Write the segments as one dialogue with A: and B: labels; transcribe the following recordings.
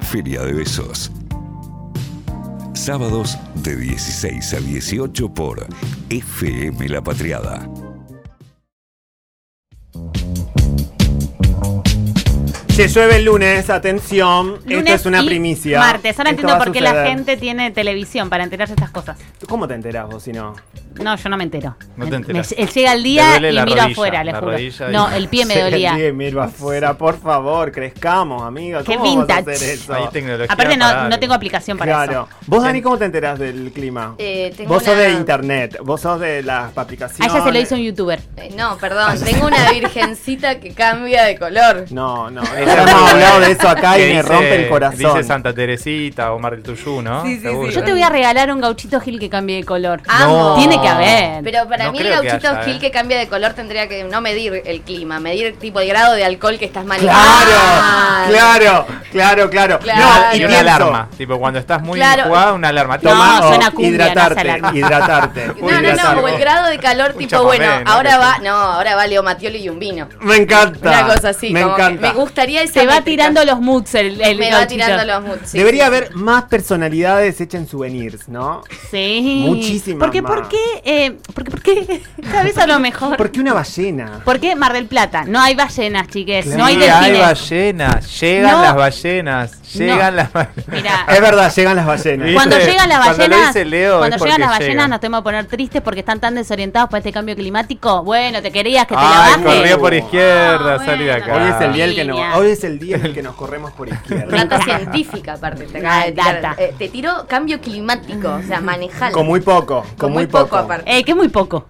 A: Feria de Besos. Sábados de 16 a 18 por FM La Patriada.
B: Se llueve el lunes, atención. Esto
C: Lunes
B: es una
C: y
B: primicia.
C: Martes. Ahora
B: Esto
C: entiendo
B: va a
C: por qué la
B: suceder.
C: gente tiene televisión para enterarse de estas cosas.
B: ¿Cómo te enterás vos si no?
C: No, yo no me entero.
D: No te
C: Me-
D: enterás.
C: me- llega el
D: Te
C: día y
D: duele la
C: miro
D: rodilla,
C: afuera, les
D: la
C: juro.
D: rodilla y-
C: No, el pie me
D: Sí, el
C: dolía.
B: Sí, miro afuera, por favor, crezcamos, amiga.
C: Qué
B: ¿Cómo vamos a
C: vintage.
B: hacer eso?
D: Hay tecnología.
C: Aparte
D: para
C: no, no
D: algo.
C: tengo aplicación para
B: Claro.
C: eso.
B: Vos, Dani, ¿cómo te enterás del clima?
E: Eh, tengo
B: vos sos
E: una-
B: de internet, vos sos de las
C: A
B: aplicaciones.
C: ella Ah, se lo hizo un youtuber.
E: Eh, No,
B: Ah,
E: perdón, tengo una virgencita que cambia de color.
B: No, no, nosotros hemos hablado de eso acá y
D: Que
B: me
D: dice-
B: rompe el corazón.
D: Dice Santa Teresita o Mar del Tuyú, ¿no?
E: Sí, sí, sí.
D: Seguro.
C: Yo te voy a regalar un gauchito Gil que cambie de color.
E: Amo.
C: Tiene que haber.
E: Pero para
D: No
E: mí el
D: creo que
E: gauchito
D: haya,
E: Gil
D: eh.
E: que cambia de color tendría que no medir el clima, medir tipo el grado de alcohol que estás manejando. Ah.
B: Claro, claro, claro, claro.
E: Claro.
B: No, y,
D: Y una
B: pienso,
D: alarma. Tipo, cuando estás muy
E: Claro.
D: jugada, una alarma. oh,
C: No,
B: Tomá,
C: suena
B: o
C: cumbia, no es
B: hidratarte,
C: alarma.
B: hidratarte,
E: No, no,
B: hidratarte.
E: no, o el grado de calor tipo,
D: chamamé,
E: bueno,
D: ¿no?
E: ahora
D: Que-
E: va, no, ahora va Leo Mattioli y un vino.
B: Me encanta.
E: Una cosa así,
B: Me
E: como que
B: encanta.
E: me gustaría esa
C: Se va
E: métrica.
C: tirando los moods el, el
E: me va
C: gauchito.
E: tirando los moods. sí,
B: Debería
E: sí,
B: haber más personalidades hechas en souvenirs, ¿no?
C: Sí.
B: Muchísimas
C: Porque, ¿por
B: más.
C: qué? Eh, porque, ¿por qué? Cada vez a lo mejor.
B: ¿Por qué una ballena?
C: ¿Por qué Mar del Plata? No hay ballenas, chiques.
D: Sí,
C: no hay
D: hay
C: delfines.
D: ballenas. Llegan
C: No.
D: las ballenas. Llegan
C: No.
D: las ballenas.
C: Mira,
B: Es verdad, llegan las ballenas.
D: ¿Viste?
C: Cuando llegan las
D: Cuando lo
C: ballenas,
D: dice Leo,
C: cuando
D: es
C: llegan
D: porque
C: las ballenas
D: llegan.
C: nos tenemos que poner tristes porque están tan desorientados por este cambio climático. Bueno, te querías que te
D: Ay,
C: la
D: corría
C: bajes.
D: por izquierda,
C: Ah,
D: salí de
C: bueno.
D: acá.
B: Hoy es el día el que nos,
C: Niña.
B: hoy es el día en el que nos corremos por izquierda.
E: Data científica, aparte. Te, acaba de tirar.
C: Ah, Data.
E: Eh, te tiró cambio climático, o sea, manejalo.
B: Con muy poco, con,
E: Con
B: muy
E: muy poco,
B: poco,
E: aparte.
C: Eh, que es muy poco.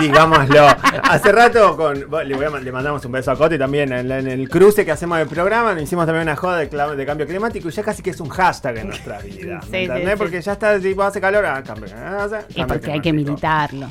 B: digámoslo. Hace rato con, bueno, le, voy a man- le mandamos un beso a Coti también en, la- en el cruce que hacemos del programa, nos hicimos también una joda de, cla- de cambio climático y ya casi que es un hashtag en nuestra vida. ¿me
C: Sí, sí,
B: entendés?
C: sí.
B: Porque ya está, tipo, hace calor, ah, cambio, ah, hace-
C: Y
B: cambio
C: porque hay que
B: climático.
C: militarlo.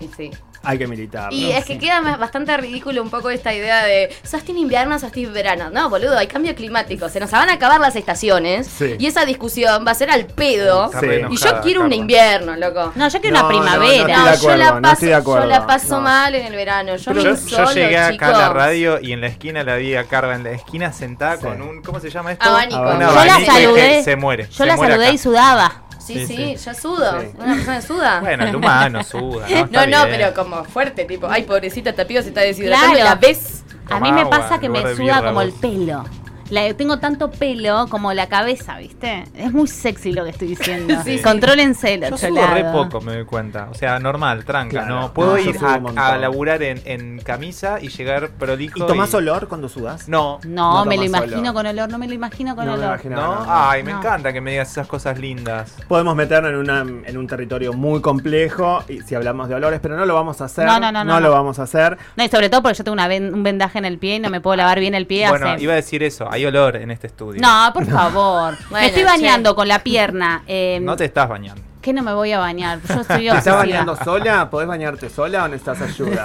E: Y sí.
B: Hay que militar.
E: Y es que queda ma- bastante ridículo un poco esta idea de sostén invierno, sostén verano. No, boludo, hay cambio climático. Se nos van a acabar las estaciones
B: Sí.
E: y esa discusión va a ser al pedo.
D: Está
B: Sí.
D: re
E: Y
D: enojada,
E: yo quiero un
D: Carla.
E: invierno, loco.
C: No, yo quiero
B: No,
C: una
B: no, no,
C: primavera.
B: estoy de acuerdo,
E: yo la paso,
B: no estoy de acuerdo.
E: yo la paso
B: No.
E: mal en el verano. Yo,
D: Pero
E: me
D: yo,
E: insolo,
D: yo llegué acá a la
E: chicos.
D: radio y en la esquina la vi a Carla en la esquina sentada
B: Sí.
D: con un. ¿Cómo se llama esto?
E: Abanico.
D: Un
B: Yo la
D: abanico y dije,
C: saludé.
D: Se muere.
C: Yo
D: se
C: la
D: muere
C: saludé
D: acá.
C: y sudaba.
E: Sí, sí,
D: Sí,
E: yo sudo.
B: Sí.
E: Una persona suda.
D: Bueno, el humano suda. No,
E: no,
D: Está
E: no,
D: bien.
E: pero como fuerte, tipo, ay, pobrecita, Tapio se está deshidratando
C: Claro.
E: la ves.
C: A
D: Tomá
C: mí me
D: agua,
C: pasa que
D: en
C: me
D: lugar
C: suda
D: de birra,
C: como el
D: vos.
C: pelo. La- tengo tanto pelo como la cabeza, ¿viste? Es muy sexy lo que estoy diciendo.
D: Sí.
C: Contrólense,
D: Yo
C: los
D: sudo re
C: cholados.
D: poco, me doy cuenta. O sea, normal, tranca.
B: Claro.
D: No, puedo
B: No, yo
D: ir
B: sudo un montón.
D: a, a laburar en, en camisa y llegar prolijo.
B: ¿Y tomás
D: y-
B: olor cuando sudas?
D: No.
C: No,
B: No
C: me lo
B: tomás
C: imagino
B: olor.
C: con olor, no me lo imagino con
B: No me
C: olor.
B: imagino.
D: ¿No?
B: no, no.
D: Ay, me
C: No.
D: encanta que me digas esas cosas lindas.
B: Podemos meternos en, una, en un territorio muy complejo y si hablamos de olores, pero no lo vamos a hacer.
C: No, no, no, no,
B: lo
C: no.
B: vamos a hacer.
C: No, y sobre todo porque yo tengo una ven- un vendaje en el pie y no me puedo lavar bien el pie
D: Bueno,
C: hace-
D: iba a decir eso. Hay olor en este estudio.
C: No, por favor. me
E: Bueno,
C: estoy
E: che.
C: bañando con la pierna. eh,
D: No te estás bañando.
C: ¿Qué no me voy a bañar? Yo soy
B: ¿Te estás
C: obsesiva.
B: bañando sola? ¿Podés bañarte sola o necesitas ayuda?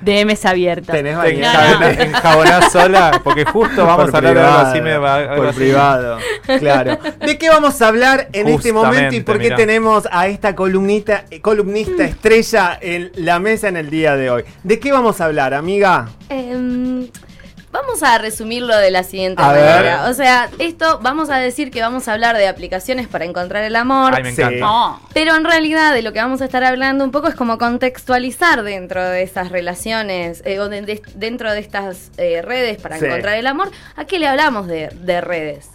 C: DMs abiertas.
B: ¿Tenés
D: Te
B: bañera?
C: No, no.
D: enjabonás- enjabonás sola porque justo vamos
B: Por
D: a hablar de algo
B: privado,
D: así. Me va, algo
B: por
D: así.
B: privado, claro. ¿De qué vamos a hablar en este
D: Justamente,
B: momento y por qué
D: mirá.
B: tenemos a esta columnita, eh, columnista estrella en la mesa en el día de hoy? ¿De qué vamos a hablar, amiga?
E: Em, vamos a resumirlo de la siguiente
B: A ver.
E: manera. O sea, esto vamos a decir que vamos a hablar de aplicaciones para encontrar el amor.
D: Ay, me
B: Sí.
D: encanta.
C: No.
E: Pero en realidad de lo que vamos a estar hablando un poco es como contextualizar dentro de esas relaciones eh, o de- de- dentro de estas eh, redes para
B: Sí.
E: encontrar el amor. ¿A qué le hablamos de, de redes?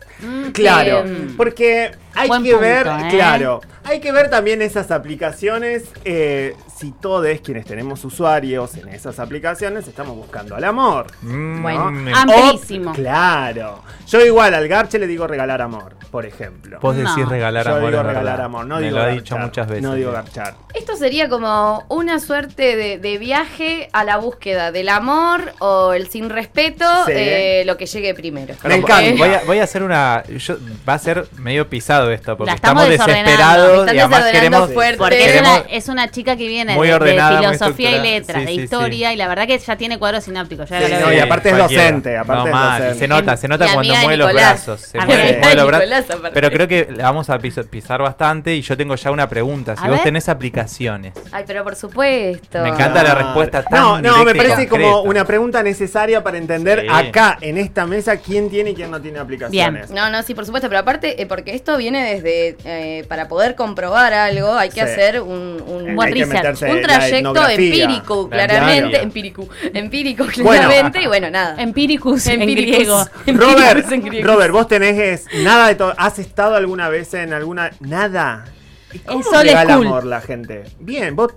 B: Claro,
E: Bien.
B: porque hay
C: Em, Buen
B: que
C: punto,
B: ver,
C: ¿eh?
B: claro, hay que ver también esas aplicaciones, eh, si todos quienes tenemos usuarios en esas aplicaciones estamos buscando al amor.
D: Mm,
E: Bueno,
D: me-
C: am- Amplísimo.
B: O- claro. Yo igual al garche le digo regalar amor, por ejemplo.
D: Vos
C: No.
D: decís regalar
B: Yo
D: amor.
B: digo
D: es verdad.
B: regalar amor, no
D: me
B: digo
D: lo ha
B: garchar,
D: dicho muchas veces.
B: No digo garchar.
E: Esto sería como una suerte de, de viaje a la búsqueda del amor o el sin respeto,
B: Sí.
E: eh, lo que llegue primero.
B: Me
D: Perdón,
B: encanta.
D: eh,
C: eh,
E: Eh.
D: Voy a, voy a hacer una a. yo- va a ser medio pisado esto, porque
C: La
D: estamos,
C: estamos desordenando,
D: desesperados
E: están
D: y además
E: desordenando
D: queremos.
E: fuerte.
C: Porque es
D: queremos-
C: una, es una chica que viene
D: Muy
C: de, de
D: ordenada, muy
C: filosofía y
D: estructurada.
C: letras,
D: Sí,
C: de
D: sí, sí.
C: historia, y la verdad que ya tiene cuadros sinápticos. Ya
B: Sí,
C: lo
B: no,
C: veo.
B: y aparte es
D: cualquiera.
B: docente, aparte
D: no,
B: es
D: mal, y
B: docente.
D: se nota, se nota
E: Y
D: cuando
E: amiga de
D: mueve los
E: Nicolás. Ah,
D: brazos. Se
C: Amiga
D: mueve,
C: de
D: mueve los brazos.
E: Nicolás, aparte.
D: Pero creo que la vamos a piso- pisar bastante y yo tengo ya una pregunta. Si
C: A
D: vos
C: ver.
D: tenés aplicaciones.
E: Ay, pero por supuesto.
D: Me encanta. la respuesta tan
B: No, no,
D: directa
B: me
D: y
B: parece
D: concreta.
B: como una pregunta necesaria para entender
D: Sí.
B: acá, en esta mesa, quién tiene y quién no tiene aplicaciones.
E: No, no, sí, por supuesto, pero aparte, eh, porque esto viene desde, eh, para poder comprobar algo, hay que
B: Sí.
E: hacer un, un-
B: Hay
C: buen
B: que
C: research.
B: meterse
E: un
B: en la
E: trayecto
B: etnografía.
E: empírico,
D: Claro.
E: claramente,
B: Claro.
E: empírico, empírico, claramente, y bueno, Em, nada.
C: Empiricus en
E: Empiricus.
C: griego.
B: Robert,
E: Empíricos en griegos.
B: Robert, vos tenés es- nada de todo. ¿Has estado alguna vez en alguna. Nada? ¿Y ¿Cómo
C: Sol
B: llega
C: es
B: el
C: cool.
B: amor la gente? Bien, vos.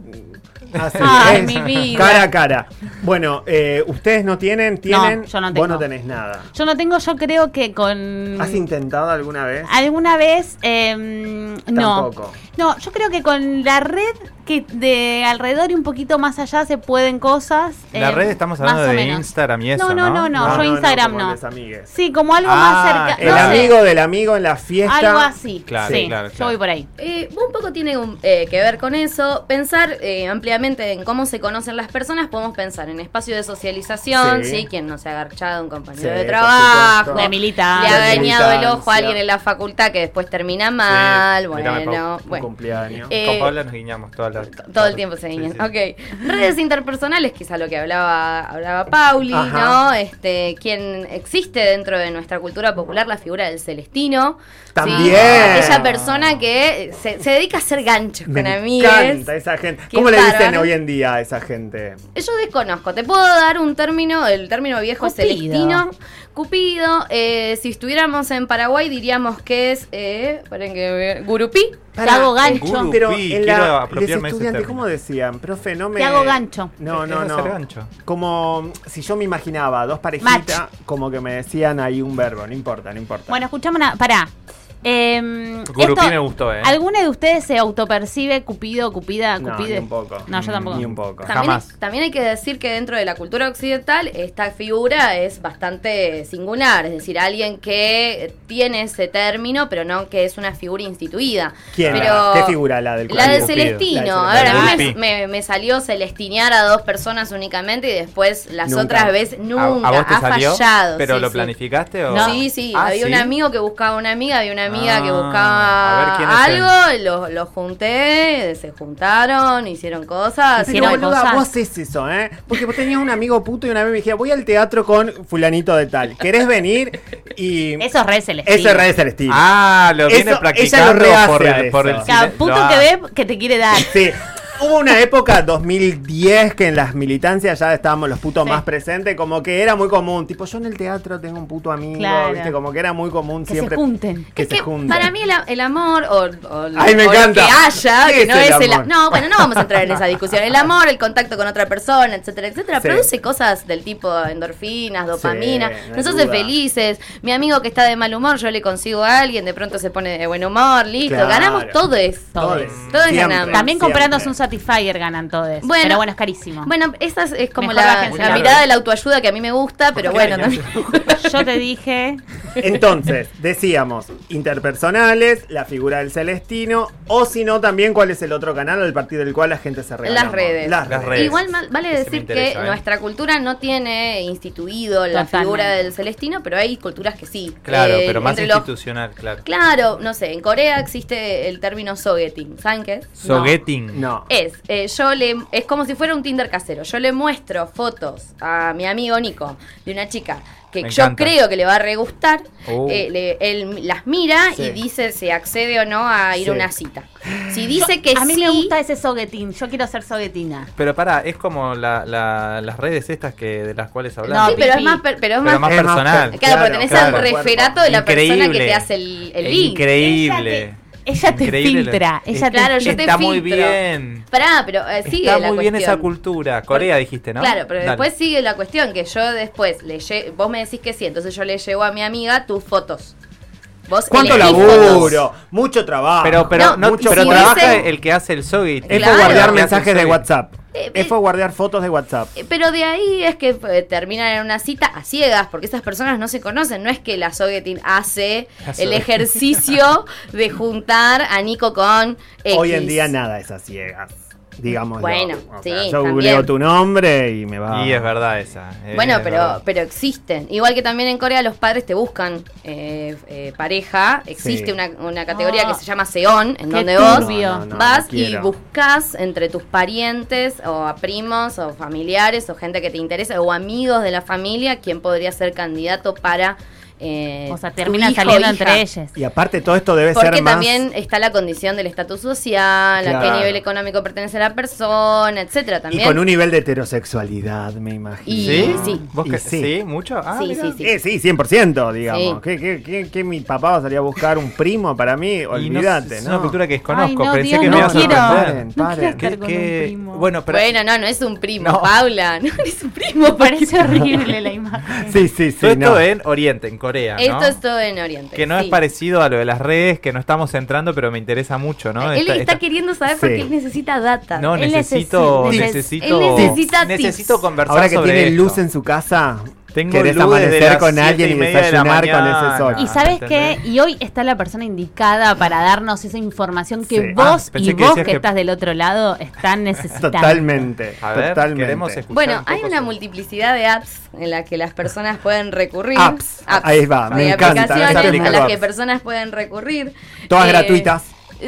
B: haces
C: Ay,
B: es
C: mi vida.
B: Cara a cara. Bueno, eh, ustedes no tienen, tienen.
C: yo no
B: Vos
C: tengo. Mm.
B: no tenés nada.
C: Yo no tengo, yo creo que con.
D: Ah,
B: ¿Has intentado alguna vez?
C: ¿Alguna vez? em, no.
B: Tampoco.
C: No, yo creo que con la red que de alrededor y un poquito más allá se pueden cosas.
D: La
C: em,
D: red estamos
C: más
D: hablando
C: o
D: de
C: menos.
D: Instagram y
C: No,
D: eso.
C: no, no, no, yo Instagram
B: como
C: no.
B: los amigues.
C: Sí, como algo
D: Ah,
C: más cerca.
B: El
C: no sé,
B: amigo del amigo en la fiesta.
C: Algo así.
D: Claro,
C: sí,
D: claro,
C: Yo
D: claro.
C: voy por ahí.
E: Eh, un poco tiene un- eh, que ver con eso. Pensar eh, ampliamente en cómo se conocen las personas, podemos pensar en espacio de socialización,
B: Sí.
E: sí, quien no se ha agarchado, un
B: Sí,
E: compañero de
B: por
E: trabajo.
B: supuesto.
C: La milita.
E: Le ha
B: Ah, La
E: dañado el ojo a
B: militancia.
E: alguien en la facultad que después termina mal.
D: Sí,
E: bueno,
D: mírame, Pau.
B: Un
E: bueno.
B: cumpleaños.
E: Eh,
D: Con Paula nos guiñamos toda la-
E: Todo el tiempo se
D: Sí,
E: guiñan.
D: sí.
E: Ok. Redes interpersonales, quizá lo que hablaba, hablaba Pauli,
B: Ajá.
E: ¿no? Este, quien existe dentro de nuestra cultura popular, la figura del celestino. ¿sí?
B: También.
E: Aquella persona que se, se dedica a hacer ganchos
B: Me
E: con amigues.
B: encanta esa gente.
E: Qué
B: ¿Cómo le dicen
E: bárbaro.
B: hoy en día a esa gente?
E: Yo desconozco, te puedo dar un término, el término viejo
C: Cupido.
E: celestino, Cupido, eh, si estuviéramos en Paraguay diríamos que es, eh, esperen que me- gurupí,
C: Te hago gancho.
D: Guru,
B: Pero
D: pi,
B: en
D: quiero
B: la, los
D: apropiarme de ese
B: estudiantes,
D: término.
B: ¿cómo decían? Profe, no me.
C: Te hago gancho.
B: No,
D: Es
B: no, no.
D: hacer gancho.
B: Como si yo me imaginaba dos parejitas, como que me decían ahí un verbo, no importa, no importa.
C: Bueno, escuchame una. Pará. Em,
D: Gurupí
C: esto-
D: me gustó, ¿eh?
C: ¿Alguna de ustedes se autopercibe cupido, cupida,
B: no,
C: cupide?
B: ni un poco.
C: No, yo tampoco.
B: Ni un poco.
E: También,
D: Jamás.
E: también hay que decir que dentro de la cultura occidental esta figura es bastante singular, es decir, alguien que tiene ese término, pero no que es una figura instituida.
B: ¿Quién?
E: Pero-
B: ¿Qué figura la del
E: La de
B: cuerpo?
D: Cupido.
E: Celestino,
B: La
E: a
B: de
E: ver, a mí
D: Celestino.
E: me, me- me salió celestinear a dos personas únicamente y después las
B: Nunca.
E: otras veces
D: ¿A,
E: nunca
D: a vos te
E: ha
D: salió?
E: fallado.
D: ¿Pero
E: sí,
D: lo
E: sí.
D: planificaste o.?
C: No.
E: Sí, sí,
D: Ah,
E: había un
D: ¿sí?
E: amigo que buscaba una amiga, había una amiga que
D: Ah, a ver,
E: buscaba
D: ¿quiénes
E: algo, los los junté, se juntaron, hicieron cosas.
B: Pero
C: Hicieron
E: bueno,
B: boluda,
C: cosas.
B: vos haces eso, ¿eh? Porque vos tenías un amigo puto y una vez me dijiste, voy al teatro con fulanito de tal. ¿Querés venir? Y...
C: Eso es re celestino.
B: Eso es re Celestino.
D: Ah, lo
B: Eso- ella
D: viene
B: lo
D: practicando
B: rehace
D: por,
B: a
D: el, por el
B: eso.
C: O sea,
D: silen-
C: puto
D: lo
C: que
D: hace.
C: ve que te quiere dar.
B: Sí. Hubo una época, 2010, que en las militancias ya estábamos los putos
C: Sí.
B: más presentes, como que era muy común. Tipo, yo en el teatro tengo un puto amigo,
C: Claro.
B: ¿viste? Como que era muy común
C: Que
B: siempre.
C: se junten.
B: Que
E: Es
B: se
E: que
B: junten.
E: Para mí el, a- el amor o, o el-
B: Ay, me
E: o el
B: encanta.
E: que haya,
B: ¿Qué
E: que no
B: es
E: es
B: el
E: el a-
B: amor?
E: No, bueno, no vamos a entrar en esa discusión. El amor, el contacto con otra persona, etcétera, etcétera,
B: Sí.
E: produce cosas del tipo endorfinas, dopamina,
B: Sí, no hay
E: nos hace
B: duda.
E: felices. Mi amigo que está de mal humor, yo le consigo a alguien, de pronto se pone de buen humor, listo,
B: Claro.
E: ganamos todo esto.
B: Todes.
E: Todes
B: Siempre.
E: ganamos.
C: También comprándose
B: Siempre.
C: un Satisfyer ganan todos.
E: Bueno.
C: pero bueno, es carísimo.
E: Bueno, esa es, es como
C: Mejor
E: la,
C: bájense
E: la
C: la
E: mirada
D: red.
E: de la autoayuda que a mí me gusta, pero bueno, también.
C: Yo te dije.
B: Entonces, decíamos, interpersonales, la figura del Celestino, o si no, también cuál es el otro canal al partir del cual la gente se regala.
E: Las
B: amor.
E: redes.
B: Las
D: Las
B: redes.
D: redes.
E: Igual mal- vale
D: Ese me
E: decir
D: interesa,
E: que
D: ¿eh?
E: nuestra cultura no tiene instituido la
C: Totalmente.
E: figura del celestino, pero hay culturas que sí.
D: Claro,
E: Eh,
D: pero más
E: entre los-
D: institucional, claro.
E: Claro, no sé, en Corea existe el término sogeting. ¿Saben qué es?
D: Sogeting.
B: No.
E: Es, eh, yo le, es como si fuera un Tinder casero. Yo le muestro fotos a mi amigo Nico de una chica que
D: Me
E: yo
D: encanta.
E: creo que le va a re gustar.
D: Oh.
E: Eh, le- él las mira
B: Sí.
E: y dice si accede o no a ir
B: Sí.
E: a una cita. Si dice que
C: a mí
E: sí,
C: me gusta ese soguetín. Yo quiero ser soguetina.
D: Pero para, es como la- la- las redes estas que de las cuales
E: sí,
D: hablamos.
C: No,
E: pero es
C: pipí.
E: más, per- pero es
D: Pero
E: más
D: más
B: Es más
D: personal.
B: per-
E: Claro,
B: Claro,
E: pero tenés
D: claro.
E: al referato de la persona que te hace el, el link.
D: Increíble.
C: Ella te
D: Increíble.
C: filtra. Ella te-
E: Claro, yo te
D: Está muy
E: filtro.
D: bien.
E: Pará, pero eh, sigue
D: Está
E: la
D: muy bien
E: cuestión.
D: esa cultura. Corea dijiste, ¿no?
E: Claro, pero
D: Dale.
E: después sigue la cuestión que yo después le lle- vos me decís que sí, entonces yo le llevo a mi amiga tus fotos. Vos
B: ¿Cuánto
E: elegís
B: laburo?
E: fotos.
B: Mucho trabajo.
D: Ah. Pero, pero,
E: No,
D: no,
E: mucho
D: pero
E: si
D: trabaja
E: hubiese-
D: el que hace el Sogit.
B: es
E: Claro.
B: por guardar
E: Lo que
B: mensajes de WhatsApp.
E: Eh,
B: Es por guardar fotos de WhatsApp.
E: Eh, Pero de ahí es que eh, terminan en una cita a ciegas, porque esas personas no se conocen. No es que la Sogetin hace
D: La Sogetin.
E: el ejercicio de juntar a Nico con X.
B: Hoy en día nada es a ciegas. Digamos.
E: Bueno, sí,
B: yo
E: también.
B: googleo tu nombre y me va.
D: Y es verdad esa. es
E: Bueno, pero,
D: verdad.
E: pero existen. Igual que también en Corea los padres te buscan eh, eh, pareja. Existe
B: Sí.
E: una, una categoría
C: Ah.
E: que se llama Seon, en
C: Qué
E: donde vos
C: turbio. No, no,
B: no
E: vas y
B: quiero.
E: buscas entre tus parientes o a primos o familiares o gente que te interesa o amigos de la familia quién podría ser candidato para... eh,
C: O sea,
E: tu
C: terminan
E: hijo,
C: saliendo
E: hija.
C: entre ellas.
B: Y aparte todo esto debe
E: Porque
B: ser más.
E: también está la condición del estatus social, a qué
B: Claro.
E: nivel económico pertenece la persona, etcétera también.
B: Y con un nivel de heterosexualidad, me imagino.
E: Y-
D: ¿Sí?
E: Sí.
D: ¿Vos
B: Y
D: que-
B: sí.
D: sí. ¿Mucho? Ah,
E: Sí,
D: mirá.
E: sí, sí.
B: Eh, sí, 100%, digamos.
E: Sí.
B: ¿Qué, qué, qué- qué mi papá va a salir a buscar un primo para mí?
D: Y no-
B: Olvídate,
D: Es
B: ¿no?
D: una cultura que desconozco.
C: Ay, no,
D: Pensé
C: Dios,
D: que me
B: no
D: ibas a
B: quiero.
D: sorprender.
B: No quiero
D: Que-
C: estar con
D: que-
C: un primo.
D: Bueno, pero
E: bueno, no, no es un primo,
D: No.
E: Paula, no es un primo.
C: Me parece horrible la imagen.
B: Sí, sí, sí.
D: todo esto
B: no.
D: en Oriente, en Corea, ¿no?
E: Esto es todo en Oriente.
D: Que no
E: sí.
D: es parecido a lo de las redes, que no estamos entrando, pero me interesa mucho, ¿no?
E: Él
D: Esta-
E: está,
D: esta-
E: queriendo saber por
B: Sí.
E: qué él necesita data.
D: No,
C: Él
D: necesito,
C: necesi-
D: necesito,
E: él necesita
D: necesito
E: tips.
D: conversar
B: Ahora que
D: sobre
B: tiene
D: esto.
B: luz en su casa,
D: Tengo
B: querés
D: luz desde
B: amanecer
D: las
B: con
D: siete
B: alguien
D: y
B: y
D: media de la
B: desayunar con
D: mañana.
B: ese sol.
C: Y sabes
D: Ah, ¿entendés?
C: qué, y hoy está la persona indicada para darnos esa información que
B: Sí.
C: vos
D: Ah, pensé
C: y
D: que
C: vos que,
D: decías que-
C: estás del otro lado están necesitando.
B: Totalmente.
D: A ver,
B: totalmente.
D: queremos escuchar
E: Bueno,
D: un poco
E: hay una
D: sobre-
E: multiplicidad de apps en la que las personas pueden recurrir.
B: Apps.
D: Ah,
B: Ahí va, me
E: Hay
B: encanta.
E: aplicaciones
D: Esas
E: a las que
B: aplicaciones.
E: personas pueden recurrir.
B: Todas
E: Eh,
B: gratuitas.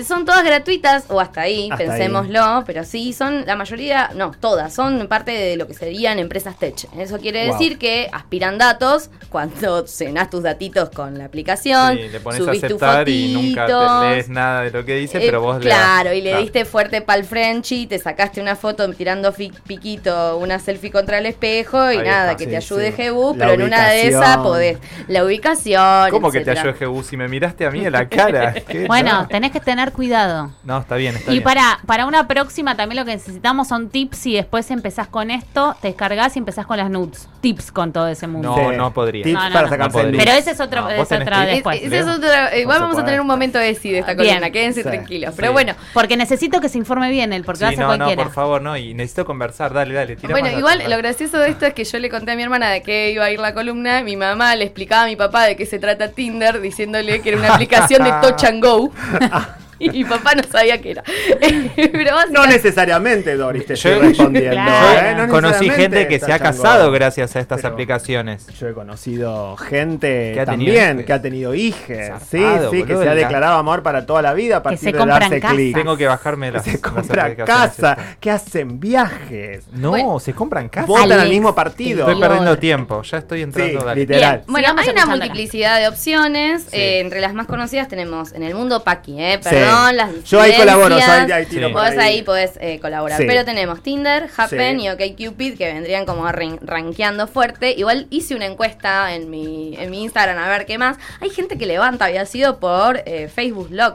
E: Son todas gratuitas, o hasta ahí,
B: Hasta
E: pensémoslo, pero sí, son la mayoría, no, todas, son parte de lo que serían empresas tech. Eso quiere
D: Wow.
E: decir que aspiran datos cuando cenas tus datitos con la aplicación,
D: Sí, le pones a
E: subís tus
D: aceptar y nunca te
E: fotitos.
D: lees nada de lo que dice,
E: Eh,
D: pero vos le das-
E: Claro, y le diste fuerte pa'l Frenchy, te sacaste una foto tirando fi- piquito, una selfie contra el espejo y
D: Ahí
E: nada,
D: está,
E: que
D: sí,
E: te ayude
B: sí.
E: Jebus,
B: La
E: pero en una de
B: ubicación.
E: esas podés. La ubicación.
D: ¿Cómo que te
E: etcétera.
D: ayude Jebus si me miraste a mí en la cara? ¿Qué?
C: Bueno,
D: No.
C: tenés que tener cuidado.
D: No, está bien, está
C: Y
D: bien.
C: para, para una próxima también lo que necesitamos son tips y después empezás con esto, te descargas y empezás con las nudes. Tips con todo ese mundo.
D: No, no podría.
B: Tips
C: No, no,
B: para
C: no.
B: sacarse
D: No
B: el
D: podría.
C: Pero ese es otro,
D: No,
C: es
D: vos tenés
C: otra
D: tips.
E: Es-
C: después.
E: ese es otro- igual
D: se
E: vamos a
D: puede.
E: tener un momento ese de esta
C: Bien.
E: columna, quédense
B: Sí.
E: tranquilos.
D: Sí.
E: Pero bueno,
C: Porque necesito que se informe bien él, porque va a
D: Sí,
C: ser
D: no,
C: cualquiera.
D: no, por favor, no. Y necesito conversar. Dale, dale. Tira
E: Bueno,
D: más
E: igual
D: datos,
E: lo
D: dale.
E: gracioso de esto es que yo le conté a mi hermana de que iba a ir la columna, mi mamá le explicaba a mi papá de qué se trata Tinder, diciéndole que era una aplicación de Touch and Go. y mi papá no sabía qué era. Pero
B: No
E: básicamente-
B: necesariamente, Doris, te
D: Yo-
B: estoy respondiendo.
C: Claro.
B: ¿eh? No
D: Conocí
B: necesariamente
D: gente que
B: está
D: se ha
B: chango.
D: casado gracias a estas
B: Pero-
D: aplicaciones.
B: Yo he conocido gente
D: Que ha tenido
B: también
D: hijes.
B: que ha tenido hijes. Sí,
D: Zarpado,
B: sí, que
D: boludo,
B: se ha
D: la-
B: declarado amor para toda la vida a partir
C: se
B: de
C: compran
B: darse
C: casas.
B: clic.
D: Tengo que bajarme las.
B: Se
D: las
B: compran
D: aplicaciones estas.
B: casa, que hacen viajes,
D: No,
E: Bueno.
D: se compran casas.
B: votan
C: Alex,
B: al mismo partido.
D: Estoy
C: Dios.
D: perdiendo tiempo. Ya estoy entrando.
B: Sí,
D: dale.
B: literal.
E: Bueno,
C: Sigamos
E: hay una
C: escuchándola.
E: multiplicidad de opciones.
D: Sí.
E: eh, entre las más conocidas tenemos en el mundo Paqui, ¿eh?
B: Sí.
E: Perdón, las
B: Yo ahí colaboro, yo ahí,
E: disidencias.
B: ahí tiro
D: Sí.
B: por
E: Vos
B: ahí.
E: ahí, podés eh, colaborar.
B: Sí.
E: Pero tenemos Tinder, Happen
B: Sí.
E: y OkCupid que vendrían como ran- rankeando fuerte. Igual hice una encuesta en mi, en mi Instagram a ver qué más. Hay gente que levanta, había sido por eh, Facebook Log.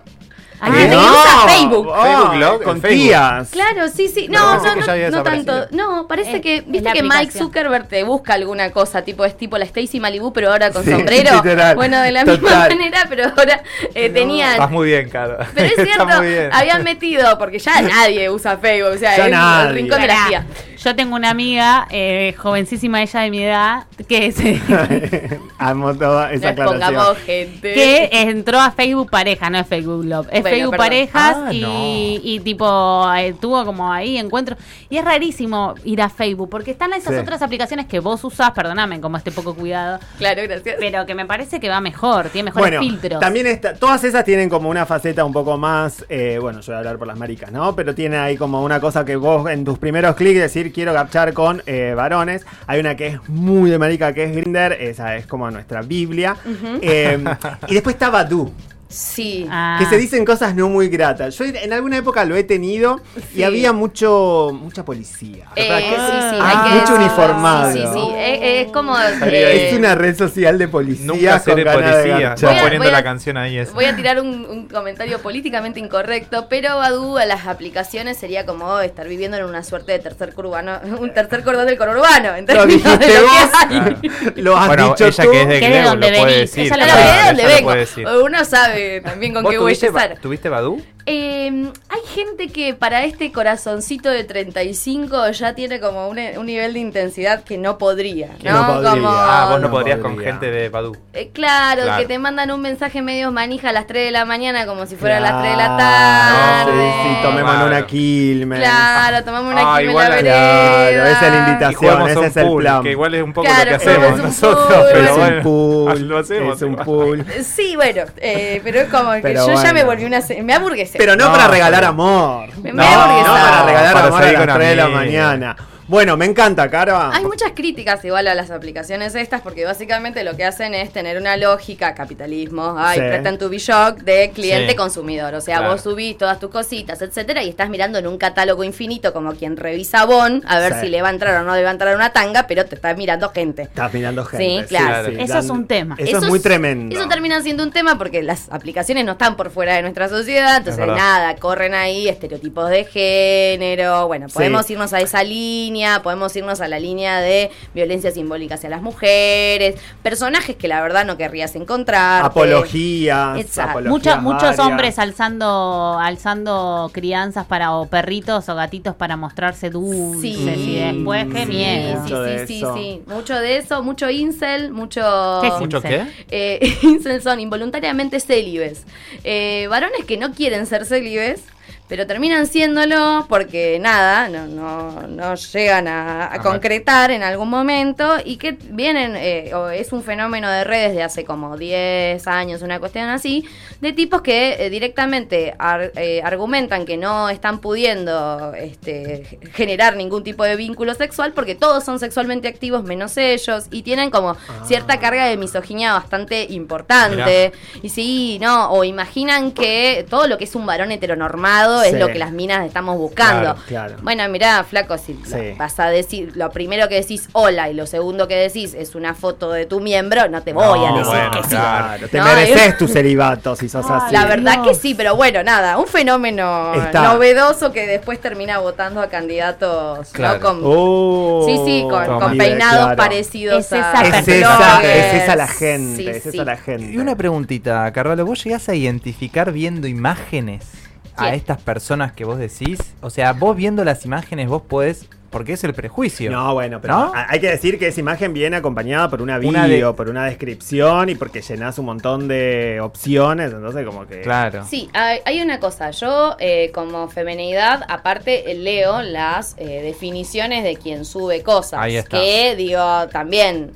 E: Hay
C: Ah,
E: gente que
B: no.
E: usa Facebook.
B: Oh,
D: Facebook Live,
B: con
D: en Facebook.
B: tías.
E: Claro, sí, sí.
D: Pero
E: No,
D: pensé
E: no,
D: que
E: no,
D: ya había
E: no tanto.
D: desaparecido.
E: No, parece
C: Es-
E: que.
C: es
E: Viste
C: la
E: que Mike
C: aplicación.
E: Zuckerberg te busca alguna cosa, tipo es tipo la Stacy Malibu, pero ahora con
B: Sí,
E: sombrero.
B: literal.
E: Bueno, de la misma
B: Total.
E: manera, pero ahora eh,
D: Estás
E: tenían.
D: muy bien, Caro.
E: Pero es
D: Estás
E: cierto,
D: muy bien.
E: habían metido, porque ya nadie usa Facebook, o sea,
B: Ya
E: es
B: nadie.
E: el rincón de la tía.
C: Yo tengo una amiga, eh, jovencísima ella de mi edad, que se
B: Amo toda
E: No
B: esa aclaración.
E: expongamos gente.
C: que entró a Facebook pareja, no es Facebook Love, es
E: Bueno,
C: Facebook
E: perdón.
C: parejas
D: Ah,
C: y,
D: no.
C: y tipo eh, tuvo como ahí encuentros y es rarísimo ir a Facebook porque están esas
B: Sí.
C: otras aplicaciones que vos usás, perdóname como este poco cuidado,
E: Claro, gracias.
C: pero que me parece que va mejor, tiene mejores
B: Bueno,
C: filtros.
B: también está, todas esas tienen como una faceta un poco más, eh, bueno, yo voy a hablar por las maricas, ¿no? Pero tiene ahí como una cosa que vos en tus primeros clics decir quiero garchar con eh, varones. Hay una que es muy de marica que es Grinder, esa es como nuestra Biblia. Eh, y después está Badu.
E: Sí.
C: Ah.
B: Que se dicen cosas no muy gratas. Yo en alguna época lo he tenido y
E: Sí.
B: había mucho mucha policía.
E: Eh, sí, sí,
B: Ah,
E: hay que
B: mucho
E: decirlo.
B: uniformado.
E: Sí, sí, sí. Eh, eh, es como. eh,
B: es una red social de policías
D: Nunca seré
B: con ganas de
D: policía.
B: garchar.
E: Voy
D: Va
E: a-
D: poniendo
E: voy a-
D: la canción ahí esa.
E: Voy a tirar un, un comentario políticamente incorrecto, pero Badu a las aplicaciones sería como oh, estar viviendo en una suerte de tercer urbano, un tercer cordón del conurbano. En
B: Lo
E: términos
B: dijiste
E: de lo que
B: vos.
E: hay.
D: Claro.
B: Lo has
D: bueno,
B: dicho
D: ella
B: tú.
D: que es de
C: Que es de
D: Grego
C: donde
D: lo puede
C: venís,
D: decir.
C: ella lo
E: Claro,
C: Claro,
E: ¿de dónde
D: ella lo
E: vengo?
D: puede decir.
E: Uno sabe también con
D: ¿Vos
E: qué voy a
D: tuviste,
E: estar.
D: Ba- ¿Tuviste Badu?
E: Eh, hay gente que para este corazoncito de 35 ya tiene como un, un nivel de intensidad que no podría,
B: Que
E: ¿no?
B: no podría.
E: Como-
D: Ah, vos no,
B: no
D: podrías con
B: podría.
D: gente de Badu.
E: Eh, claro,
D: Claro.
E: que te mandan un mensaje medio manija a las 3 de la mañana como si fuera a las 3 de la
B: Claro,
E: tarde.
B: Sí, sí, tomémonos
D: Ah, Claro.
B: una Quilmes.
E: Claro, tomamos una
D: Ah,
E: quimio
D: igual
E: en
D: a-
E: la vereda.
B: Claro, esa es la
D: Y
B: invitación.
D: jugamos a
B: ese
D: un
B: es el
D: pool,
B: plan.
D: que igual es un poco
E: Claro,
D: lo que
E: jugamos
D: hacemos
E: un
D: nosotros.
E: pool.
D: Pero
B: es
D: bueno,
B: un pool.
D: lo hacemos.
B: Es un pool.
E: Sí, bueno, eh, pero es como que
B: Pero
E: yo ya me
B: bueno.
E: volví una... se- Me aburguesé.
B: Pero no,
D: No,
B: para regalar
D: pero-
B: amor.
E: Me-
B: No, no,
E: me aburguesado.
B: para regalar
D: Para
B: amor a
D: salir
B: las
D: con
B: 3 de la
D: amigos.
B: mañana. Bueno, me encanta, Carva.
E: Hay muchas críticas igual a las aplicaciones estas porque básicamente lo que hacen es tener una lógica, capitalismo, ay,
B: Sí.
E: pretend to be shock de
D: Sí.
E: cliente-consumidor. O sea,
D: Claro.
E: vos subís todas tus cositas, etcétera, y estás mirando en un catálogo infinito como quien revisa Bon a ver
B: Sí.
E: si le va a entrar o no le va a entrar una tanga, pero te está mirando gente.
B: Estás mirando gente.
E: Sí, claro.
C: Eso es un tema.
B: Eso, es muy tremendo.
E: Eso termina siendo un tema porque las aplicaciones no están por fuera de nuestra sociedad, entonces
D: verdad.
E: nada, corren ahí estereotipos de género, bueno,
B: Sí.
E: podemos irnos a esa línea, podemos irnos a la línea de violencia simbólica hacia las mujeres, personajes que la verdad no querrías encontrar.
B: Apologías.
E: Exacto.
B: apologías
C: Mucho- muchos
B: varias.
C: hombres alzando alzando crianzas para o perritos o gatitos para mostrarse dulces
E: Sí.
C: y después qué
B: Sí,
C: miedo.
E: Sí,
B: Mucho de
E: sí, sí,
B: eso.
E: sí, mucho de eso, mucho incel, mucho...
C: ¿Qué es
D: ¿Mucho
C: incel?
D: qué?
E: Eh, incel son involuntariamente célibes. Eh, varones que no quieren ser célibes, pero terminan siéndolo porque nada, no, no, no llegan a, a
D: Ajá.
E: concretar en algún momento y que vienen, eh, o es un fenómeno de redes de hace como 10 años, una cuestión así, de tipos que eh, directamente ar- eh, argumentan que no están pudiendo este, g- generar ningún tipo de vínculo sexual porque todos son sexualmente activos menos ellos y tienen como
B: Ah.
E: cierta carga de misoginia bastante importante. Y sí, no, o imaginan que todo lo que es un varón heteronormado
B: Sí.
E: es lo que las minas estamos buscando.
B: Claro, claro.
E: Bueno, mirá, flaco, si la-
B: Sí.
E: vas a decir, lo primero que decís hola y lo segundo que decís es una foto de tu miembro, no te voy a
D: No,
E: decir
D: bueno,
E: que sí.
B: Oh, Claro, te
E: No,
B: mereces tu celibato si sos
C: Ay,
B: así.
E: La verdad
C: No.
E: que sí, pero bueno, nada, un fenómeno
B: Está.
E: novedoso que después termina votando a candidatos ¿no?
D: Claro.
E: con,
B: Oh,
E: sí, sí, con, con
D: Toma.
E: peinados
B: Claro.
E: parecidos
C: Es
E: a
C: esa
B: Es esa,
E: bloggers.
B: es esa la
E: Sí,
B: gente, es
E: sí.
B: esa la gente.
D: Y una preguntita, Carvalho, ¿vos llegás a identificar viendo imágenes a
E: Sí.
D: estas personas que vos decís? O sea, vos viendo las imágenes vos podés, porque es el prejuicio.
B: No, bueno, pero
D: ¿No?
B: a- hay que decir que esa imagen viene acompañada por una video,
D: Una de-
B: por una descripción y porque llenás un montón de opciones, entonces como que...
D: Claro.
E: Sí, hay, hay una cosa. Yo, eh, como femenidad, aparte eh, leo las eh, definiciones de quien sube cosas.
D: Ahí está.
E: Que, digo, también.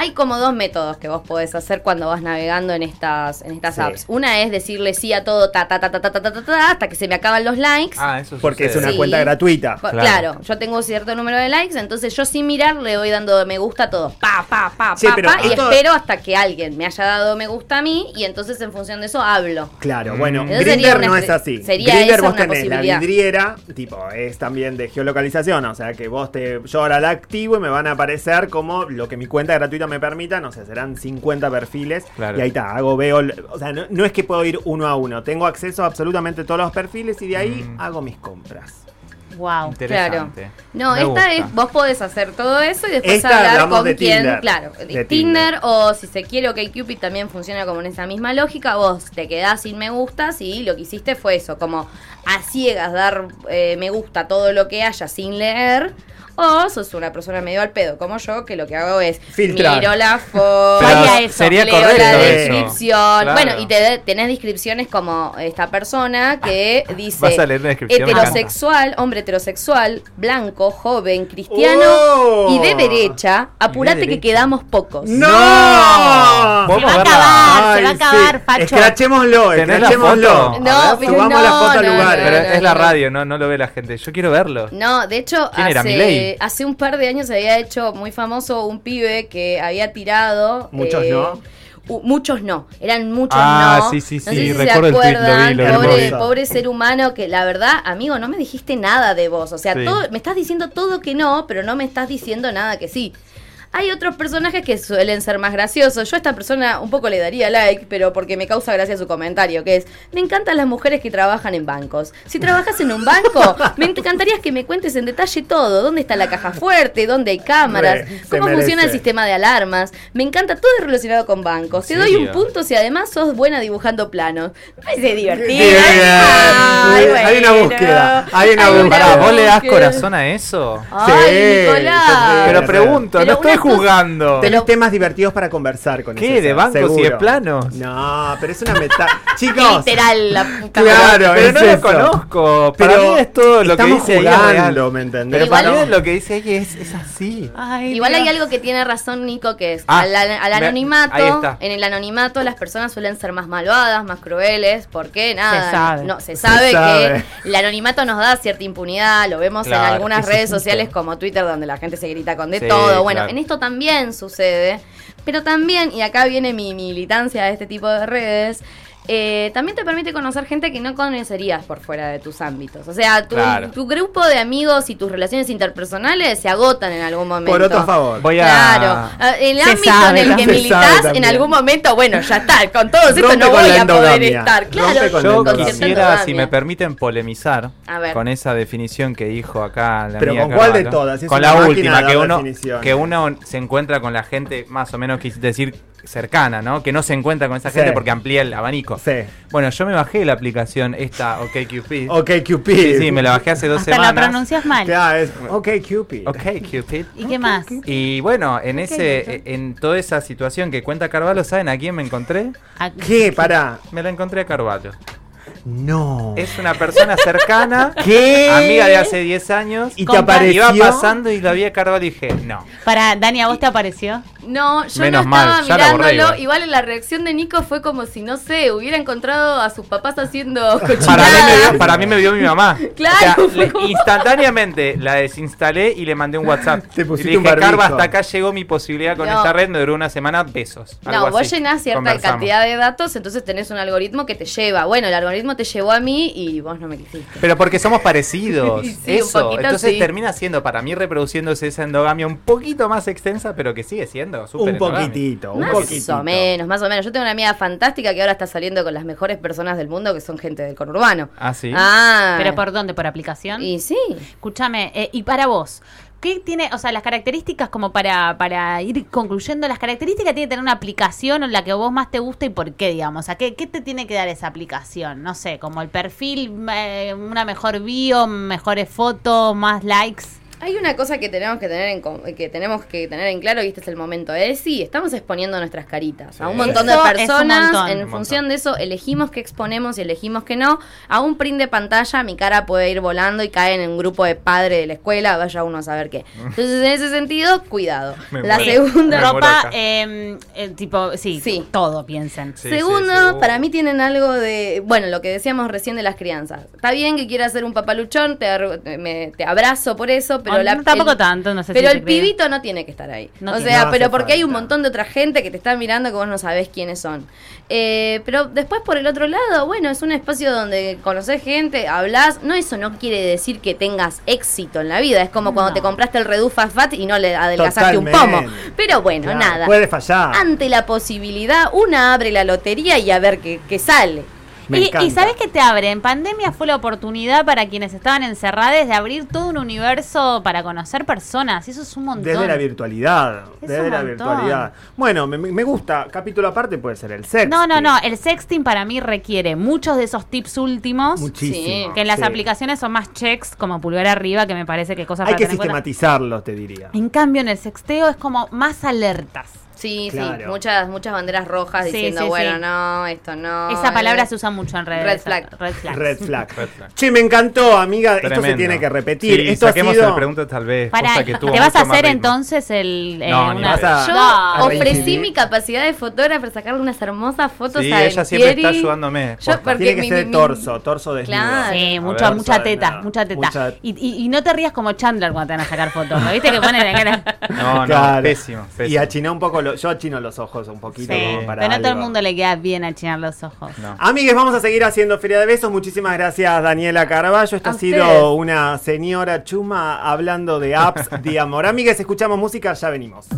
E: Hay como dos métodos que vos podés hacer cuando vas navegando en estas, en estas
B: Sí.
E: apps. Una es decirle sí a todo, ta, ta, ta, ta, ta, ta, ta, ta, ta, hasta que se me acaban los likes.
D: Ah, eso
B: Porque es
D: sucede.
B: una
E: Sí.
B: cuenta gratuita.
E: Co- Claro.
D: Claro.
E: yo tengo cierto número de likes, entonces yo sin mirar le voy dando me gusta a todos. Pa, pa, pa,
B: Sí,
E: pa,
B: pero
E: pa, Y
B: esto-
E: espero hasta que alguien me haya dado me gusta a mí y entonces en función de eso hablo.
B: Claro, bueno,
D: Mm.
E: Entonces
B: Grinder
E: sería
B: no
E: una-
B: es así.
E: sería
B: Grinder
E: esa
B: vos
E: una
B: tenés la
E: posibilidad.
B: vidriera, tipo, es también de geolocalización, o sea que vos te yo ahora la activo y me van a aparecer como lo que mi cuenta gratuita me permita, no sé, serán 50 perfiles
D: Claro.
B: y ahí está, hago veo, o sea, no, no es que puedo ir uno a uno, tengo acceso a absolutamente todos los perfiles y de ahí
D: Mm.
B: hago mis compras.
C: Wow.
E: Claro.
D: Interesante.
E: No,
D: Me
E: esta
D: gusta.
E: es, vos podés hacer todo eso y después
B: Esta
E: hablar
B: hablamos
E: con
B: de
E: quién.
B: Tinder.
E: Claro,
B: De
E: Tinder,
B: Tinder.
E: o si se quiere OkCupid también funciona como en esa misma lógica. Vos te quedás sin me gustas y lo que hiciste fue eso, como a ciegas dar eh, me gusta a todo lo que haya sin leer. O sos una persona medio al pedo como yo, que lo que hago es
B: Filtrar.
E: miro la foto,
C: Pero Haría
E: leo
C: eso. sería
E: la
D: correcto eso.
E: descripción.
D: Claro.
E: Bueno, y te, tenés descripciones como esta persona que dice
D: Vas a leer la descripción. me encanta.
E: heterosexual, hombre heterosexual, blanco, joven, cristiano
B: ¡Oh!
E: y de derecha. Apurate que
D: derecha. Mm.
E: quedamos pocos.
B: ¡No!
C: Se va
D: Vamos
C: a
D: a verla.
C: acabar,
E: Ah,
C: se
B: Ay,
C: va a acabar,
B: sí.
C: Facho.
B: Escrachémoslo,
D: ¿Tenés la
B: escrachémoslo.
D: foto?
E: No, pero
B: subamos
E: no,
B: la foto al
E: no,
B: lugar.
E: no,
D: Pero
E: no,
D: es la
E: no.
D: radio, no, no lo ve la gente. Yo quiero verlo.
E: No, de hecho,
D: ¿Quién era,
E: hace,
D: Milei?
E: hace un par de años se había hecho muy famoso un pibe que había tirado. eh,
B: Muchos no.
E: u- muchos no, eran muchos
F: Ah,
E: no.
F: sí, sí,
E: no sé
F: sí,
E: si se
F: recuerdo el tweet, lo vi,
E: acuerdan,
F: lo
B: vi, lo
E: pobre,
B: vi.
E: pobre ser humano que la verdad, amigo, no me dijiste nada de vos. O sea,
F: Sí.
E: todo, me estás diciendo todo que no, pero no me estás diciendo nada que sí. Hay otros personajes que suelen ser más graciosos. Yo a esta persona un poco le daría like, pero porque me causa gracia su comentario, que es, me encantan las mujeres que trabajan en bancos. Si trabajas en un banco, me encantaría que me cuentes en detalle todo. ¿Dónde está la caja fuerte? ¿Dónde hay
B: Re,
E: cámaras?
B: se
E: ¿Cómo funciona el
B: merece.
E: sistema de alarmas? Me encanta todo relacionado con bancos. Te
F: ¿En
E: doy un
F: serio?
E: punto si además sos buena dibujando planos. Me parece divertido.
B: Bien.
E: Ay,
B: Bien. Hay una
E: bueno.
B: búsqueda, hay una
E: Ay,
B: búsqueda. Ah,
D: Pará, ¿Vos le das
E: búsqueda.
D: corazón a eso?
E: Ay,
B: Sí,
E: Nicolás.
B: sí,
D: Pero pregunto,
E: Pero
D: no estoy
E: una cosa-
D: jugando.
B: Tenés
E: Pero-
B: temas divertidos para conversar con
D: ¿Qué?
B: ese
D: ¿De
B: ser,
D: bancos y de
B: seguro.
D: planos?
B: No, pero es una meta.
E: Qué
B: Chicos,
E: literal la puta madre.
B: Claro,
D: pero
B: es
D: no
B: eso.
D: lo conozco. Para
B: Pero
D: mí es todo lo que
B: estamos
D: dice ahí es
B: jugando,
D: real.
B: ¿me entendés?
D: Pero
E: Pero
D: para mí
E: igual-
D: es lo que dice ahí es, es así.
C: Ay,
E: Igual hay
C: Dios.
E: algo que tiene razón Nico, que es
D: Ah,
E: al, al
D: me-
E: anonimato,
D: ahí está.
E: en el anonimato las personas suelen ser más malvadas, más crueles, porque nada,
C: Se sabe.
E: no se sabe
B: Se
E: que
B: sabe.
E: el anonimato nos da cierta impunidad, lo vemos en
D: Claro,
E: algunas
D: ese
E: redes
D: punto.
E: sociales como Twitter donde la gente se grita con de
D: Sí,
E: todo. Bueno,
D: claro.
E: en esto también sucede, pero también y acá viene mi militancia de este tipo de redes. eh, también te permite conocer gente que no conocerías por fuera de tus ámbitos. O sea, tu,
D: Claro.
E: tu grupo de amigos y tus relaciones interpersonales se agotan en algún momento.
B: por otro favor.
D: Voy a.
E: Claro. Ah, El
C: Se
E: ámbito
C: sabe,
E: en el que
B: ¿no? Se sabe
E: militás, en
B: también.
E: algún momento, bueno, ya está. Con todo esto
B: Rompe
E: no
B: con
E: voy
B: la
E: a poder
B: endogamia.
E: estar. Claro,
B: Rompe con la
D: Yo
B: endogamia.
D: quisiera, si me permiten, polemizar
E: A ver.
D: con esa definición que dijo acá la
B: Pero
D: amiga
B: ¿con cuál de
D: Carvalho.
B: todas? Es
D: Con
B: una
D: la
B: máquina de
D: última,
B: dar
D: que uno,
B: definiciones.
D: que uno se encuentra con la gente más o menos, quis decir, cercana, ¿no? Que no se encuentra con esa
B: Sí.
D: gente porque amplía el abanico.
B: Sí.
D: Bueno, yo me bajé la aplicación esta OkCupid.
B: Ok, Cupid.
D: Sí, sí, me la bajé hace dos
C: Hasta
D: semanas.
C: la pronuncias mal.
B: Claro, es ok, Cupid.
D: OkCupid.
C: ¿Y qué más?
D: Y bueno, en ese, e, en toda esa situación que cuenta Carvalho, ¿saben a quién me encontré?
C: ¿A-
B: ¿Qué? Pará.
D: Me la encontré a Carvalho.
B: No.
D: Es una persona cercana,
B: ¿Qué?
D: amiga de hace 10 años.
B: Eh. Y te
C: Compa-
B: apareció.
D: Iba pasando y la vi a Carvalho y dije, no.
C: Para, Dani, ¿a vos te apareció?
E: No, yo
D: Menos
E: no estaba
D: mal, ya la borré
E: mirándolo. Igual.
D: igual.
E: en la reacción de Nico fue como si, no sé, hubiera encontrado a sus papás
D: Para
E: haciendo
D: mí, me
E: cochinadas.
D: vio, para mí me vio mi mamá.
E: Claro,
D: O sea, le-
E: fue como-
D: instantáneamente la desinstalé y le mandé un WhatsApp.
B: Te pusiste
D: y le
B: un
D: dije,
B: barbijo.
D: Carva, hasta acá llegó mi posibilidad con
E: No.
D: esta red, me duró una semana, besos.
E: No,
D: Algo
E: vos
D: así.
E: llenás cierta
D: Conversamos.
E: cantidad de datos, entonces tenés un algoritmo que te lleva. Bueno, el algoritmo te llevó a mí y vos no me quisiste.
D: Pero porque somos parecidos.
E: Sí, un
D: eso.
E: poquito
D: Entonces
E: sí.
D: termina siendo para mí reproduciéndose esa endogamia un poquito más extensa, pero que sigue siendo súper
B: un
D: endogamia.
B: poquitito, un
E: más
B: poquitito.
E: o menos, más o menos. Yo tengo una amiga fantástica que ahora está saliendo con las mejores personas del mundo, que son gente del conurbano.
D: Ah, sí.
E: Ah.
C: ¿Pero por dónde? ¿Por aplicación?
E: Y sí.
C: Escúchame, eh, y para vos, ¿qué tiene, o sea, las características como para, para ir concluyendo, las características tiene que tener una aplicación en la que vos más te gusta y por qué, digamos? O sea, ¿qué, qué te tiene que dar esa aplicación? No sé, como el perfil, eh, una mejor bio, mejores fotos, más likes.
E: Hay una cosa que tenemos que tener en com- que tenemos que tener en claro y este es el momento. Es sí, estamos exponiendo nuestras caritas a un
D: Sí.
E: montón de
C: Eso es un
E: personas.
C: montón.
E: En
D: Un
E: función de eso, elegimos qué exponemos y elegimos qué no. A un print de pantalla, mi cara puede ir volando y caen en un grupo de padres de la escuela, vaya uno a saber qué. Entonces, en ese sentido, cuidado.
D: Me
E: La
D: muero.
E: segunda.
D: Me muero.
C: Ropa,
D: Moroca.
C: eh, eh, tipo, sí,
E: Sí.
C: todo piensen.
D: Sí,
E: Segundo,
D: sí, seguro.
E: para mí tienen algo de, bueno, lo que decíamos recién de las crianzas. Está bien que quieras ser un papaluchón, te, ar- te- me- te abrazo por eso, pero
C: Oh,
E: la,
C: no, tampoco
E: el-
C: tanto, no sé
E: Pero
C: si
E: el
C: te creo.
E: pibito no tiene que estar ahí.
C: No
E: o
C: tiene.
E: sea,
B: No hace
E: pero porque hay un
B: falta.
E: montón de otra gente que te está mirando que vos no sabés quiénes son. Eh, pero después por el otro lado, bueno, es un espacio donde conoces gente, hablas. No, eso no quiere decir que tengas éxito en la vida. Es como cuando
C: No.
E: te compraste el Redu Fast Fat y no le adelgazaste un pomo.
B: Totalmente.
E: Pero bueno,
B: Claro,
E: nada
B: Puede fallar.
E: ante la posibilidad, una abre la lotería y a ver qué, qué sale.
B: Me
C: y, y
B: encanta.
C: sabes que te abre, en pandemia fue la oportunidad para quienes estaban encerrados de abrir todo un universo para conocer personas, y eso es un montón.
B: Desde la virtualidad.
C: Es
B: desde
C: un
B: la
C: montón.
B: virtualidad. Bueno, me, me gusta. Capítulo aparte puede ser el sexo.
C: No, no, no. El sexting para mí requiere muchos de esos tips últimos.
B: Muchísimo.
E: Sí.
C: Que en las
B: sí.
C: aplicaciones son más checks, como pulgar arriba, que me parece que cosas
B: Hay
C: para
B: que
C: tener en cuenta.
B: sistematizarlo, te diría.
C: En cambio, en el sexteo es como más alertas.
E: Sí, sí,
B: Claro.
E: muchas, muchas banderas rojas
C: Sí,
E: diciendo,
C: sí, sí.
E: bueno, no, esto no. eh".
C: Esa palabra
E: es
C: se usa mucho en redes.
E: Red flag.
C: Red flag.
B: Red flag.
D: Red flag.
B: Che, me encantó, amiga. Esto se
D: Tremendo.
B: tiene que repetir.
D: Sí,
B: esto ha
D: saquemos
B: sido-
D: el pregunta tal vez.
C: Pará,
D: cosa que tuvo
C: ¿te vas a
D: mucho más
C: hacer
D: ritmo.
C: entonces el. eh,
D: No, ni
B: vas a-
E: Yo
D: ah,
C: No.
B: a reincidir.
E: ofrecí mi capacidad de fotógrafa para sacarle unas hermosas fotos
D: Sí,
E: a
D: ella siempre está
E: Altieri.
D: ayudándome,
E: Yo,
D: posta.
E: porque
B: Tiene que
E: mi-
B: ser
E: mi-
B: torso, torso desnudo.
E: Claro.
C: Sí,
E: A
C: mucha,
B: ver,
C: mucha
B: no sabe
C: teta,
B: nada.
C: mucha teta,
B: Mucha-
C: Y, y- y no te rías como Chandler cuando te van a sacar fotos. ¿no? ¿Viste que ponen la cara?
D: No, no,
B: Claro.
D: pésimo,
B: Y
D: pésimo.
B: achiná un poco lo- yo achino los ojos un poquito.
C: Sí,
B: como para
C: pero no todo el
B: algo.
C: mundo le queda bien achinar los ojos.
D: No.
B: Amigues, vamos a seguir haciendo Feria de Besos. Muchísimas gracias, Daniela Carballo. Esto
E: A
B: ha sido
E: ustedes.
B: una señora chuma hablando de apps de amor. Amigues, escuchamos música, ya venimos.